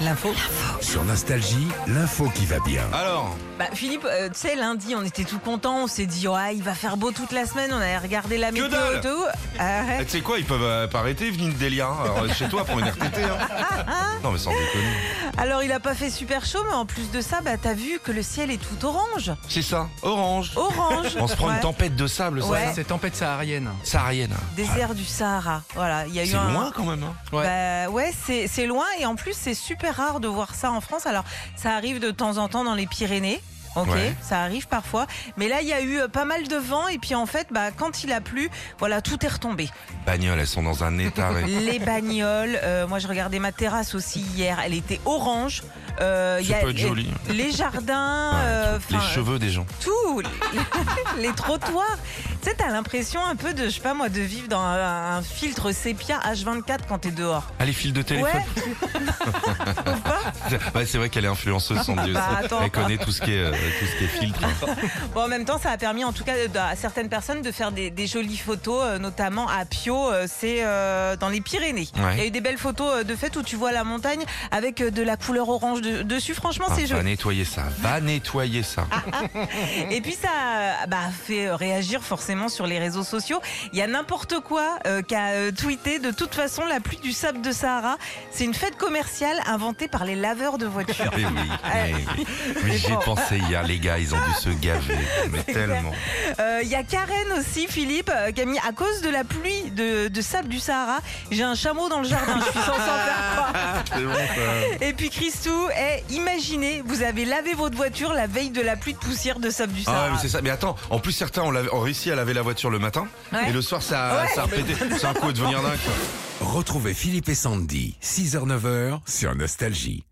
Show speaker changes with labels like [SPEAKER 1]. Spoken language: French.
[SPEAKER 1] L'info.
[SPEAKER 2] Sur Nostalgie, l'info qui va bien.
[SPEAKER 3] Alors,
[SPEAKER 1] Bah, Philippe, euh, tu sais, lundi, on était tout contents. On s'est dit, oh, ah, il va faire beau toute la semaine. On allait regarder la météo
[SPEAKER 3] dalle
[SPEAKER 1] et tout. Ah
[SPEAKER 3] tu
[SPEAKER 1] Arrête.
[SPEAKER 3] sais quoi, ils peuvent euh, pas arrêter, venir Delia, hein. Alors, euh, chez toi pour une RTT. hein. Non mais sans déconner.
[SPEAKER 1] Alors, il a pas fait super chaud, mais en plus de ça, bah, t'as vu que le ciel est tout orange.
[SPEAKER 3] C'est ça, orange.
[SPEAKER 1] Orange.
[SPEAKER 3] On se prend
[SPEAKER 1] Ouais.
[SPEAKER 3] une tempête de sable, ça.
[SPEAKER 1] Ouais.
[SPEAKER 3] là.
[SPEAKER 4] C'est tempête saharienne.
[SPEAKER 3] Saharienne.
[SPEAKER 1] Désert du Sahara. Voilà, il y a eu
[SPEAKER 3] C'est
[SPEAKER 1] un.
[SPEAKER 3] loin quand même. hein.
[SPEAKER 4] ouais.
[SPEAKER 1] Bah, ouais, c'est c'est loin et en plus c'est super rare de voir ça en France. Alors ça arrive de temps en temps dans les Pyrénées. Ok,
[SPEAKER 3] Ouais.
[SPEAKER 1] ça arrive parfois, mais là il y a eu euh, pas mal de vent et puis en fait, bah quand il a plu, voilà tout est retombé.
[SPEAKER 3] Bagnoles, elles sont dans un état. mais-
[SPEAKER 1] Les bagnoles, euh, moi je regardais ma terrasse aussi hier, elle était orange. Euh, il y
[SPEAKER 3] Ça
[SPEAKER 1] a
[SPEAKER 3] peut être
[SPEAKER 1] les-
[SPEAKER 3] joli.
[SPEAKER 1] Les jardins,
[SPEAKER 3] Ouais,
[SPEAKER 1] euh,
[SPEAKER 3] Les
[SPEAKER 1] enfin,
[SPEAKER 3] cheveux des gens.
[SPEAKER 1] tout, les, les trottoirs. Tu sais, t'as l'impression un peu de, je sais pas moi, de vivre dans un, un filtre sépia H24 quand t'es dehors.
[SPEAKER 3] Ah, les fils de téléphone.
[SPEAKER 1] Ouais. Trouve pas
[SPEAKER 3] Ouais, c'est vrai qu'elle est influenceuse, sans Dieu.
[SPEAKER 1] Bah, attends.
[SPEAKER 3] Elle connaît tout ce qui est, euh, tout ce qui est filtre.
[SPEAKER 1] Bon, en même temps, ça a permis en tout cas de- à certaines personnes de faire des, des jolies photos, euh, notamment à Pio, euh, c'est euh, dans les Pyrénées.
[SPEAKER 3] Ouais.
[SPEAKER 1] Il y a eu des belles photos euh, de fête où tu vois la montagne avec euh, de la couleur orange de- dessus. Franchement,
[SPEAKER 3] Ah,
[SPEAKER 1] c'est Ah.
[SPEAKER 3] va
[SPEAKER 1] joli.
[SPEAKER 3] nettoyer ça, va nettoyer ça.
[SPEAKER 1] Et puis ça euh, bah, fait euh, réagir forcément sur les réseaux sociaux. Il y a n'importe quoi euh, qu'a euh, tweeté. De toute façon, la pluie du sable de Sahara, c'est une fête commerciale inventée par les laveurs de voitures.
[SPEAKER 3] Mais Eh oui, mais oui. Mais
[SPEAKER 1] C'est
[SPEAKER 3] j'ai
[SPEAKER 1] fort.
[SPEAKER 3] pensé hier, les gars, ils ont dû se gaver. Mais tellement.
[SPEAKER 1] Euh, Il y a Karen aussi, Philippe, euh, qui a mis à cause de la pluie de, de sable du Sahara, j'ai un chameau dans le jardin, je suis censée en faire croire.
[SPEAKER 3] C'est bon,
[SPEAKER 1] Et puis Christou, eh, imaginez, vous avez lavé votre voiture la veille de la pluie de poussière de sable du
[SPEAKER 3] Ah ouais,
[SPEAKER 1] Sahara.
[SPEAKER 3] mais c'est ça. Mais attends, en plus certains ont, lavé- ont réussi à laver la voiture le matin
[SPEAKER 1] Ouais.
[SPEAKER 3] et le soir ça,
[SPEAKER 1] Ouais.
[SPEAKER 3] ça a répété. C'est un coup de venir dingue. quoi.
[SPEAKER 2] Retrouvez Philippe et Sandy, 6h-9h sur Nostalgie.